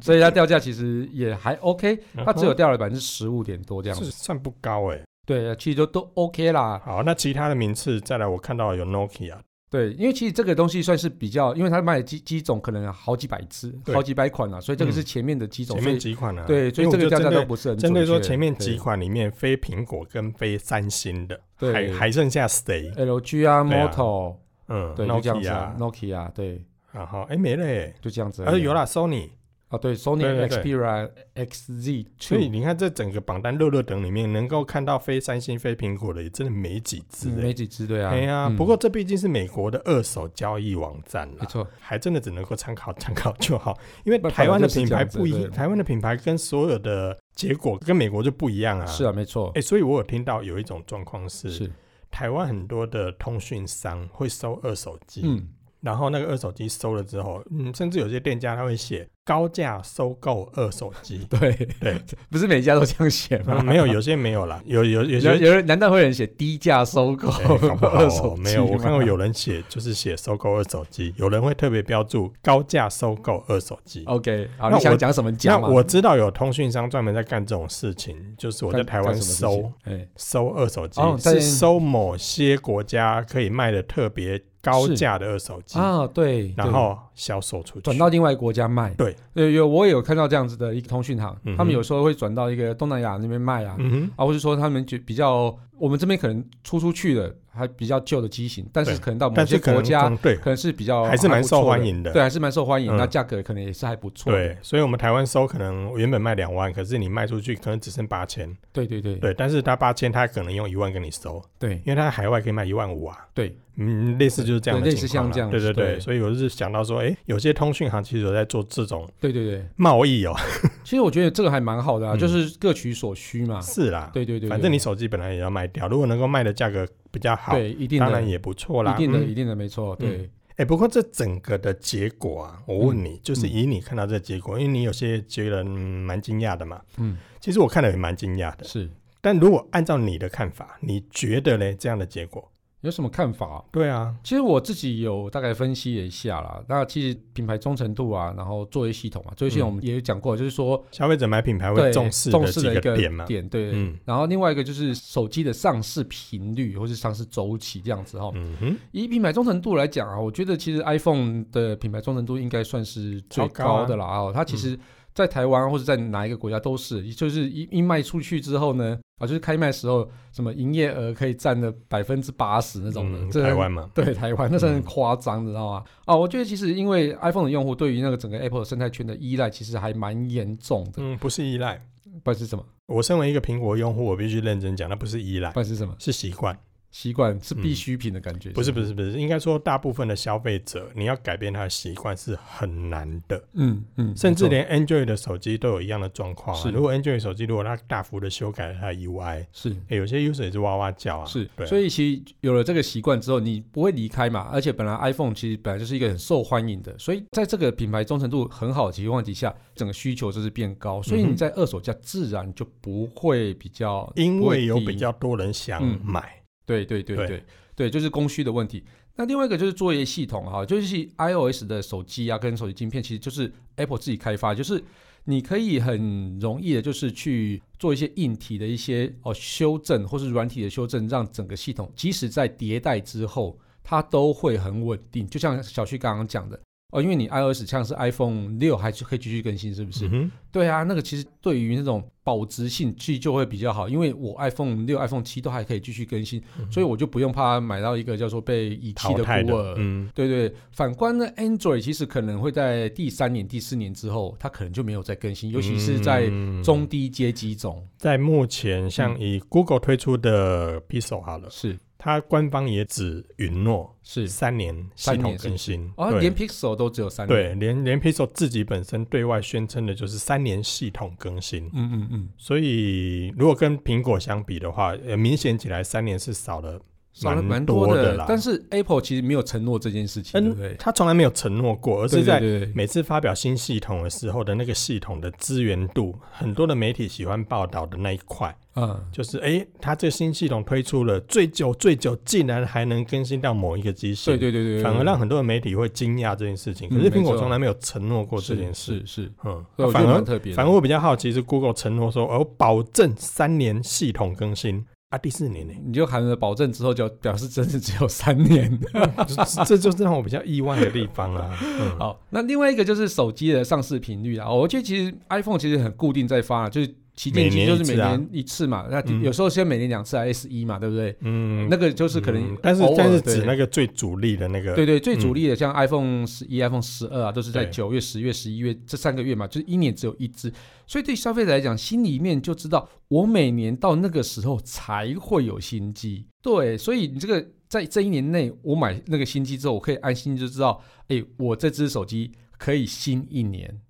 A: 所以它掉价其实也还 OK，它 <laughs> 只有
B: 嗯
A: 掉了百分之十五点多这样
B: 是
A: 子。
B: 算不高哎、
A: 对，其实都都 OK 啦。
B: 好，那其他的名次再来，我看到有 Nokia，
A: 对，因为其实这个东西算是比较，因为它卖的机机种可能好几百只、
B: 对
A: 好几百款啊，所以这个
B: 嗯
A: 是前面的机种，
B: 前
A: 所
B: 面
A: 以
B: 几款啊？
A: 对，所以
B: 因为我
A: 这个
B: 就
A: 掉价
B: 针
A: 都
B: 对
A: 不是很
B: 针对说
A: 准确
B: 前面几款里面，非苹果跟非三星的，
A: 对
B: 还还剩下谁？
A: 对 LG 啊、
B: 对啊
A: Moto，
B: 嗯
A: 对，就这样子啊
B: ，Nokia，
A: ，Nokia，对，
B: 然后哎没了耶，
A: 就这样子而已啊。
B: 而有啦，Sony。
A: 啊，对，Sony
B: 对对
A: Xperia XZ，
B: 所以你看，这整个榜单乐乐等里面，能够看到非三星、非苹果的，也真的没几只
A: 没
B: 哎。
A: 几只，对啊。
B: 哎呀，
A: 嗯
B: 不过这毕竟是美国的二手交易网站
A: 没
B: 啦，
A: 错，
B: 还真的只能够参考 <laughs> 参考就好，因为
A: 不
B: 台湾的品
A: 反
B: 牌
A: 正就是
B: 不
A: 这样子
B: 一，
A: 对
B: 台湾的品牌跟所有的结果跟美国就不一样啊。
A: 是啊，没错，
B: 哎，所以我有听到有一种状况是，
A: 是，啊
B: 台湾很多的通讯商会收二手机，
A: 嗯，，
B: 然后那个二手机收了之后，嗯，甚至有些店家他会写高价收购二手机
A: <laughs> 对
B: 对，
A: 不是每家都这样啊写吗？
B: 嗯没有，有些没有啦，有有有
A: 有
B: 些
A: 有人难道会有人写低价收购
B: 哎搞不好
A: <laughs> 二手机吗
B: 没有，我看过有人写就是写收购二手机，有人会特别标注高价收购二手机。
A: OK，好，
B: 那
A: 你想
B: 我
A: 讲什么
B: 那
A: 讲嘛？
B: 我知道有通讯商专门在干这种事情，就是我在
A: 干
B: 台湾
A: 干什么事
B: 收
A: 情哎，
B: 收二手机
A: 哦，在
B: 是收某些国家可以卖的特别高
A: 是
B: 价的二手机，
A: 啊，对，
B: 然
A: 对
B: 后销售出去，
A: 转到另外一个国家卖。
B: 对，
A: 有有我也有看到这样子的一个通讯行，
B: 嗯哼
A: 他们有时候会转到一个东南亚那边卖啊，
B: 嗯
A: 啊，或是说他们就比较我们这边可能出出去的还比较旧的机型，但是
B: 对
A: 可能到
B: 哼，
A: 某
B: 但
A: 些
B: 是可能
A: 国家
B: 嗯对
A: 可能是比较
B: 还是蛮
A: 不错
B: 受
A: 的
B: 欢，迎的，
A: 对，还是蛮受欢迎，
B: 嗯
A: 那价格可能也是还不错。
B: 对，所以我们台湾收可能原本卖两万，可是你卖出去可能只剩八千，
A: 对对对
B: 对，但是他八千他可能用一万跟你收，
A: 对
B: 因为他海外可以卖一万五啊，
A: 对，
B: 嗯，类似就是这样的
A: 对类
B: 情
A: 似
B: 况
A: 像这
B: 啦
A: 样
B: 对对对，
A: 对
B: 所以我是想到说，哎，有些通讯行其实有在做这种
A: 对对对，
B: 贸易哦， <laughs>
A: 其实我觉得这个还蛮好的啊，
B: 嗯
A: 就是各取所需嘛。
B: 是啦，
A: 对对对，
B: 反正你手机本来也要卖掉，如果能够卖的价格比较好，
A: 对一定
B: 当
A: 的
B: 然也不错啦，
A: 一定的
B: 嗯
A: 一定的没错，对
B: 哎、不过这整个的结果啊，我
A: 嗯
B: 问你，就是以你看到这结果，因为你有些觉得嗯蛮惊讶的嘛。
A: 嗯，
B: 其实我看了也蛮惊讶的。
A: 是。
B: 但如果按照你的看法，你觉得嘞这样的结果？
A: 有什么看法？
B: 对啊，
A: 其实我自己有大概分析了一下啦。那其实品牌忠诚度啊，然后作业系统啊，作业系统
B: 嗯
A: 我们也有讲过，就是说
B: 消费者买品牌会
A: 对
B: 重视
A: 重
B: 的
A: 视
B: 几
A: 的一
B: 个
A: 个
B: 点嘛。
A: 点，对。
B: 嗯
A: 然后另外一个就是手机的上市频率或是上市周期这样子哈。
B: 嗯哼，
A: 以品牌忠诚度来讲啊，我觉得其实 iPhone 的品牌忠诚度应该算是最
B: 超高啊
A: 高的啦哦。它其实，在台湾或者在哪一个国家都是，就是一一卖出去之后呢，啊，就是开卖时候什么营业额可以占了百分之八十那种的，
B: 嗯
A: 这
B: 台湾嘛，
A: 对台湾，那真的很夸张，你知道吗？啊，我觉得其实因为 iPhone 的用户对于那个整个 Apple 的生态圈的依赖，其实还蛮严重的。
B: 嗯，不是依赖。
A: 不然是什么？
B: 我身为一个苹果用户，我必须认真讲，那不是依赖
A: 不，然是什么？
B: 是习惯。
A: 习惯是必需品的感觉。
B: 嗯不是
A: 吗
B: 不是不是，应该说大部分的消费者，你要改变他的习惯是很难的。
A: 嗯嗯，
B: 甚
A: 没错
B: 至连 Android 的手机都有一样的状况、啊。
A: 是
B: 如果 Android 手机如果它大幅的修改了它的 UI，、
A: 是
B: 欸、有些 user 也是哇哇叫啊。
A: 是，
B: 对啊
A: 所以其实有了这个习惯之后，你不会离开嘛。而且本来 iPhone 其实本来就是一个很受欢迎的，所以在这个品牌忠诚度很好的情况底下，整个需求就是变高，所以
B: 嗯哼
A: 你在二手价自然就不会比较，
B: 因为有
A: 不会
B: 比
A: 低
B: 较多人想
A: 嗯
B: 买，
A: 对对对
B: 对
A: 对对就是供需的问题。那另外一个就是作业系统哈，就是 iOS 的手机啊，跟手机晶片其实就是 Apple 自己开发，就是你可以很容易的，就是去做一些硬体的一些哦修正，或是软体的修正，让整个系统即使在迭代之后，它都会很稳定。就像小旭刚刚讲的哦，因为你 iOS 像是 iPhone 六还是可以继续更新，是不是？
B: 嗯哼，
A: 对啊，那个其实对于那种保值性其实就会比较好，因为我 iPhone 六、iPhone 七都还可以继续更新，所以我就不用怕买到一个叫做被遗弃
B: 嗯淘
A: 的
B: 汰
A: 孤
B: 的
A: 儿。，
B: 嗯，
A: 对对，反观呢，Android 其实可能会在第三年、第四年之后，它可能就没有再更新，尤其是在
B: 嗯
A: 中嗯低阶机种。
B: 在目前像以 Google 推出的 Pixel 好了，
A: 是
B: 它官方也只允诺
A: 是，
B: 三年系
A: 三
B: 统
A: 年是
B: 更新，
A: 哦，
B: 对
A: 连 Pixel 都只有三年。
B: 对连连 Pixel 自己本身对外宣称的就是三年系统更新。
A: 嗯嗯嗯，
B: 所以，如果跟苹果相比的话，呃，明显起来三年是少了
A: 少了
B: 蛮
A: 蛮
B: 多的
A: 的
B: 啦
A: 但是 Apple 其实没有承诺这件事情，对不对？
B: 他从来没有承诺过，而
A: 嗯
B: 是
A: 对对
B: 在
A: 对对
B: 每次发表新系统的时候的那个系统的资源度，很多的媒体喜欢报道的那一块，
A: 嗯，
B: 就是诶，它这个新系统推出了最久最久，竟然还能更新到某一个机型，
A: 对对对对，对
B: 反而让很多的媒体会惊讶这件事情。
A: 嗯
B: 可是苹
A: 没
B: 果
A: 错
B: 从来没有承诺过这
A: 是
B: 件事，
A: 是是，
B: 嗯，
A: 所以我觉
B: 反
A: 得蛮
B: 而
A: 特别的。
B: 反而我比较好奇是 Google 承诺说，哦，保证三年系统更新啊，第四年呢、
A: 你就喊了保证之后，就表示真的只有三
B: <laughs>
A: 年。
B: 嗯这这就是让我比较意外的地
A: <laughs>
B: 方啊。嗯
A: 好，那另外一个就是手机的上市频率啊，我觉得其实 iPhone 其实很固定在发啊，就是旗舰
B: 每
A: 机
B: 年
A: 就
B: 一
A: 是每
B: 次啊
A: 年一次嘛，
B: 嗯
A: 那有时候先每年两次啊，S 一嘛，对不对？
B: 嗯
A: 那个就是可能
B: 嗯但是
A: 偶尔
B: 但是指
A: 对
B: 那个最主力的那个，
A: 对对，最主力的像 iPhone 十一、iPhone 十二啊，都是在
B: 对
A: 九月、十月、十一月这三个月嘛，就是一年只有一只，所以对消费者来讲，心里面就知道我每年到那个时候才会有新机。对，所以你这个在这一年内，我买那个新机之后，我可以安心就知道，哎，我这只手机可以新一年。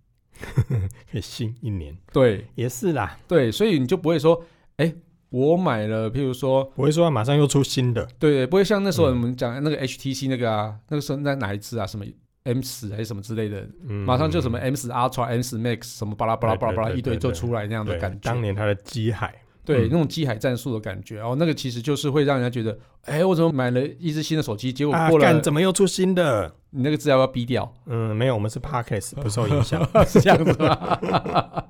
B: 可以新一年
A: 对
B: 也是啦，
A: 对，所以你就不会说，哎，我买了，譬如说，
B: 不会说马上又出新的，
A: 对对，不会像那时候我们讲那个 HTC 那个啊，那个时候那哪一支啊，什么 M 十还是什么之类的，
B: 嗯
A: 马上就什么 M 十 Ultra、M 十 Max 什么巴拉巴拉巴拉巴拉
B: 对对对
A: 一堆
B: 对
A: 就
B: 对
A: 出来那样的
B: 对
A: 感觉
B: 当，年它的机海，
A: 对，
B: 嗯
A: 那种机海战术的感觉，然哦后那个其实就是会让人家觉得，哎，我怎么买了一只新的手机，结果
B: 啊，
A: 过了
B: 干怎么又出新的？
A: 你那个资料要逼
B: <laughs>
A: 掉，
B: 嗯，没有，我们
A: <laughs>
B: 是 Parkes，不受影响。
A: 是这样子吗？ <laughs>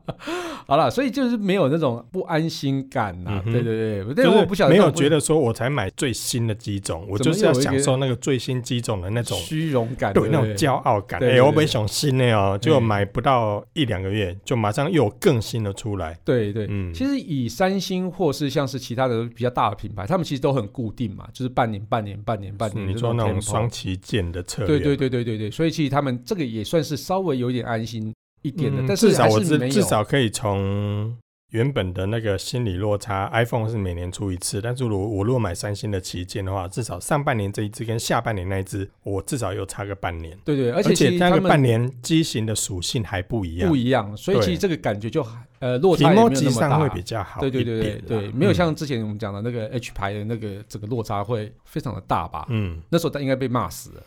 A: 好了，所以就是没有那种不安心感呐、
B: 嗯哼
A: 对对对，但
B: 就是
A: 我不晓得
B: 没有
A: 这种
B: 觉得说我才买最新的机种，我就是要享受那个最新机种的那种
A: 虚荣感，
B: 对
A: 对
B: 那
A: 不
B: 种骄傲感。
A: 对
B: 哎、
A: 对对嗯
B: 我被想新的哦，
A: 对
B: 就买不到一两个月，就马上又有更新的出来。
A: 对对，
B: 嗯
A: 其实以三星或是像是其他的比较大的品牌，他们其实都很固定嘛，就是半年、半年、半年、半年，
B: 你说那种双
A: 双，
B: 旗舰的策略，
A: 对对对对对对，所以其实他们这个也算是稍微有点安心一点的，
B: 嗯
A: 但是
B: 至少
A: 还
B: 我
A: 是
B: 知
A: 没有
B: 至少可以从原本的那个心理落差，iPhone 是每年出一次，但是如果我如果买三星的旗舰的话，至少上半年这一只跟下半年那一只，我至少又差个半年，
A: 对对，而
B: 而
A: 且其实
B: 那
A: 他
B: 个半
A: 们
B: 年机型的属性还不一样
A: 不，一样，所以其实
B: 啊对
A: 这个感觉就还呃落
B: 题
A: 差也没有
B: 目
A: 那
B: 集
A: 么
B: 上会
A: 大
B: 比。较好
A: 对对
B: 一点啦，嗯
A: 对对对，没有像之前我们讲的那个 H 牌的那个整个落差会非常的大吧？
B: 嗯嗯
A: 那时候他应该被骂死了，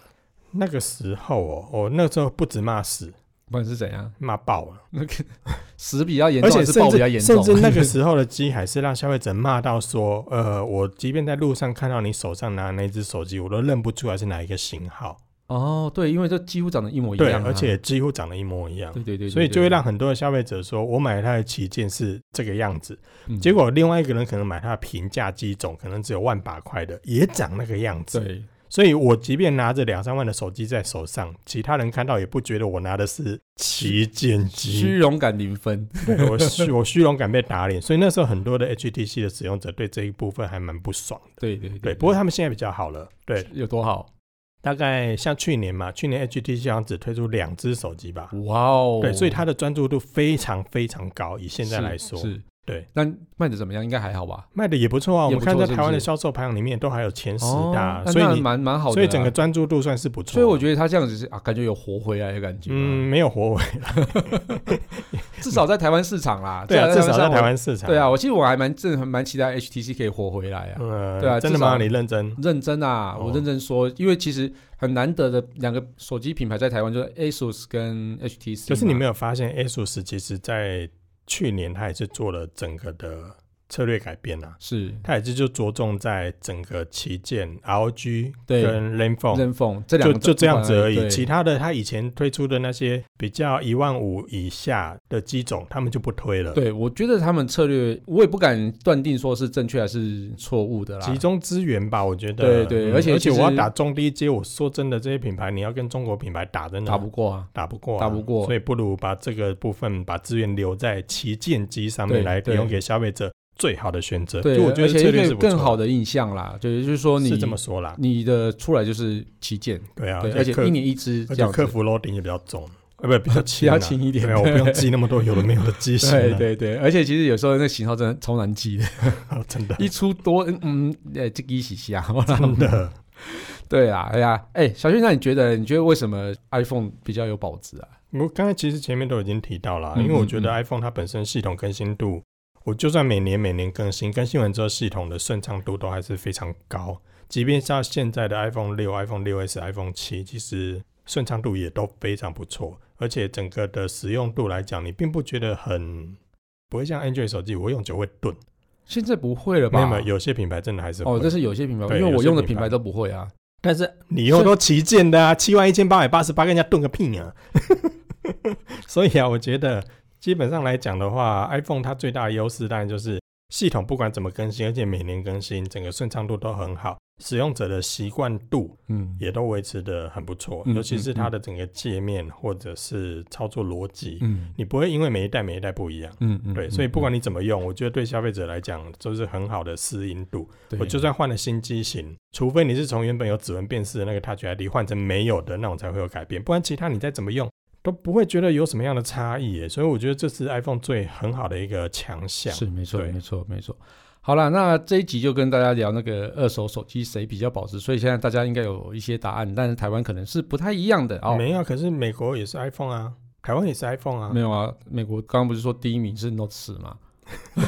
B: 那个时候哦，我那时候不止骂死，
A: 不管是怎样，
B: 骂爆了，
A: 那个死比较严
B: 而
A: 重，
B: 且
A: 还是爆
B: 甚
A: 比较严
B: 至
A: 重
B: 甚？至那
A: <laughs>
B: 个时候的机还是让消费者骂到说，呃，我即便在路上看到你手上拿的那只手机，我都认不出来是哪一个型号，
A: 哦，对，因为这几乎长得一模一
B: 对，
A: 样啊、
B: 而且几乎长得一模一样
A: 对。对对对，
B: 所以
A: 对
B: 就会让很多的消费者说，我买它的旗舰是这个样子，
A: 嗯
B: 结果另外一个人可能买它的平价机种，可能只有万把块的，也长那个样子。
A: 对
B: 所以我即便拿着两三万的手机在手上，其他人看到也不觉得我拿的是旗舰
A: 虚
B: 机，
A: 荣感零分，
B: 对我虚我虚荣感被打脸。所以那时候很多的 HTC 的使用者对这一部分还蛮不爽的。
A: 对对对
B: 对，不过他们现在比较好了。对，
A: 有多好？
B: 大概像去年嘛，去年 HTC 好像只推出两只手机吧。
A: 哇哦！
B: 对，所以它的专注度非常非常高。以现在
A: 是
B: 来说，
A: 是，
B: 对，
A: 那卖的怎么样？应该还好吧？
B: 卖的也不错啊。我
A: 也
B: 们
A: 不
B: 看
A: 错
B: 在
A: 是不
B: 台湾的
A: 是
B: 销售排行里面都还有前十
A: 哦
B: 大，
A: 那
B: 所以
A: 那
B: 你
A: 蛮蛮好的啊，
B: 所以整个专注度算是不错。
A: 所以我觉得他这样子是啊，感觉有活回来的感觉。啊
B: 嗯，，没有活我
A: <laughs> 至少在台湾市场啦。
B: 对啊， <laughs> 至少在台
A: 上
B: 湾市
A: 我。
B: 场。
A: 对啊，，我其实我还蛮正，蛮期待 HTC 可以活回来啊。
B: 呃，
A: 对啊
B: 真的
A: 至少
B: 吗？你认真？
A: 认真啊，我
B: 哦
A: 认真说，因为其实很难得的两个手机品牌在台湾，就是 ASUS 跟 HTC 嘛。
B: 可是你没有发现，ASUS 其实在去年它也是做了整个的策略改变啊，
A: 是
B: 它也是就着重在整个旗舰 ROG
A: 对
B: 跟 r a m p h o n e
A: 任凤这两
B: 就
A: 个
B: 就这样子而已，
A: 对
B: 其他的它以前推出的那些比较一万五以下的机种，他们就不推了。，
A: 对，我觉得他们策略，我也不敢断定说是正确还是错误的啦。
B: 集中资源吧，我觉
A: 对
B: 得。
A: 对
B: 嗯
A: 而且
B: 而
A: 其
B: 且
A: 实
B: 我要打中低阶，我说真的，这些品牌你要跟中国品牌打，真的
A: 打不过啊，
B: 打不过、啊，
A: 打不过
B: 所以不如把这个部分把资源留在旗舰机上面
A: 对
B: 来
A: 对
B: 提供给消费者最好的选择。
A: 对，
B: 就我觉
A: 而
B: 得
A: 且
B: 策
A: 一
B: 略是
A: 个
B: 不错
A: 更好的印象啦，对，就是说你
B: 是这么说啦，
A: 你的出来就是旗舰，
B: 对啊，
A: 对，而且
B: 客
A: 一年一支这
B: 而且
A: 样
B: 客
A: 子，
B: 服 loading 也比较重，呃，不比较
A: <laughs> 比
B: 轻、啊，
A: 较轻一点
B: 对啊，，我不用记那么多有的没有的机型、啊，
A: <laughs> 对对对，而且其实有时候那型号真的超难
B: <laughs>
A: 记的，
B: 啊真的
A: 一出多嗯呃这个一起下，
B: 真的，
A: <laughs> 对啊，哎呀，哎，小俊，那你觉得你觉得为什么 iPhone 比较有保值啊？
B: 我刚才其实前面都已经提到了，啊
A: 嗯
B: 因为我
A: 嗯
B: 觉得
A: 嗯
B: iPhone 它本身系统更新度，我就算每年每年更新，更新完之后系统的顺畅度都还是非常高。即便像现在的 iPhone 六、iPhone 六 S、iPhone 七，其实顺畅度也都非常不错，而且整个的使用度来讲，你并不觉得很不会像 Android 手机，我用久会钝。
A: 现在不会了
B: 没
A: 吧？
B: 有没有，有些品牌真的还是会
A: 哦，这是有些品牌，
B: 对
A: 因为
B: 有
A: 我
B: 些
A: 用的
B: 品
A: 品
B: 牌
A: 牌都不会啊。
B: 但是你用都旗舰的啊，七万一千八百八十八，跟人家炖个屁啊！ <laughs> 所以啊，我觉得基本上来讲的话，iPhone 它最大的优势当然就是系统不管怎么更新，而且每年更新，整个顺畅度都很好，使用者的习惯度
A: 嗯，
B: 也都维持的很不错，
A: 嗯
B: 尤其是它的整个界面或者是操作逻辑，
A: 嗯
B: 你不会因为每一代每一代不一样。
A: 嗯嗯，
B: 对，
A: 嗯
B: 所以不
A: 嗯
B: 管你怎么用，我觉得对消费者来讲就是很好的适应度。
A: 对
B: 我就算换了新机型，除非你是从原本有指纹辨识的那个 Touch ID 换成没有的那种才会有改变，不然其他你再怎么用都不会觉得有什么样的差异耶。所以我觉得这是 iPhone 最很好的一个强项。
A: 是没错，
B: 对
A: 没错，没错。好了，那这一集就跟大家聊那个二手手机谁比较保值，所以现在大家应该有一些答案，但是台湾可能是不太一样的哦。
B: 没有，可啊是美国也是 iPhone 啊，台湾也是 iPhone 啊 <laughs>
A: 没。有啊，美国刚刚不是说第一名是 Note 十吗？好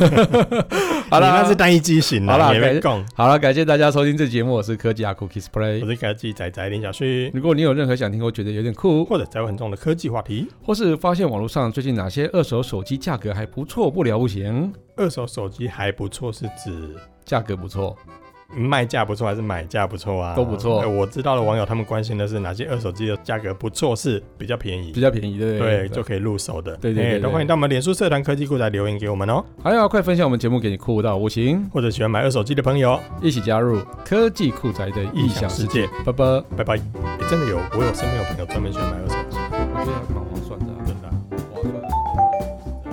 B: 你那
A: 啦
B: 是，单一机型
A: 好啦
B: 啦，你也
A: 改
B: 没讲。
A: 好了，感谢大家收听这节目，我是科技阿酷 Kiss
B: 我
A: Play。
B: 是给自己仔仔林小旭，
A: 如果你有任何想听或觉得有点酷，
B: 或者宅有很重的科技话题，
A: 或是发现网络上最近哪些二手手机价格还不错，不聊不行，
B: 二手手机还不错，是指
A: 价格不错，
B: 卖价不错还是买价不错啊？
A: 都不错
B: 呃我知道的网友他们关心的是哪些二手机的价格不错，是比较便宜
A: 比，较便宜，对不
B: 对，就可以入手的。
A: 对对对
B: 哎
A: 对
B: 都欢迎到我们脸书社团科技库来留言给我们哦，
A: 还有，快分享我们节目给你酷到无情，
B: 或者喜欢买二手机的朋友，
A: 一起加入科技酷宅的异
B: 异
A: 想
B: 想
A: 世
B: 世
A: 界
B: 界，
A: 拜拜。
B: 拜拜。哎真的有，我有身边有朋友专门喜欢买二手机，
A: 我觉得还蛮划算的、
B: 真的啊、
A: 划算。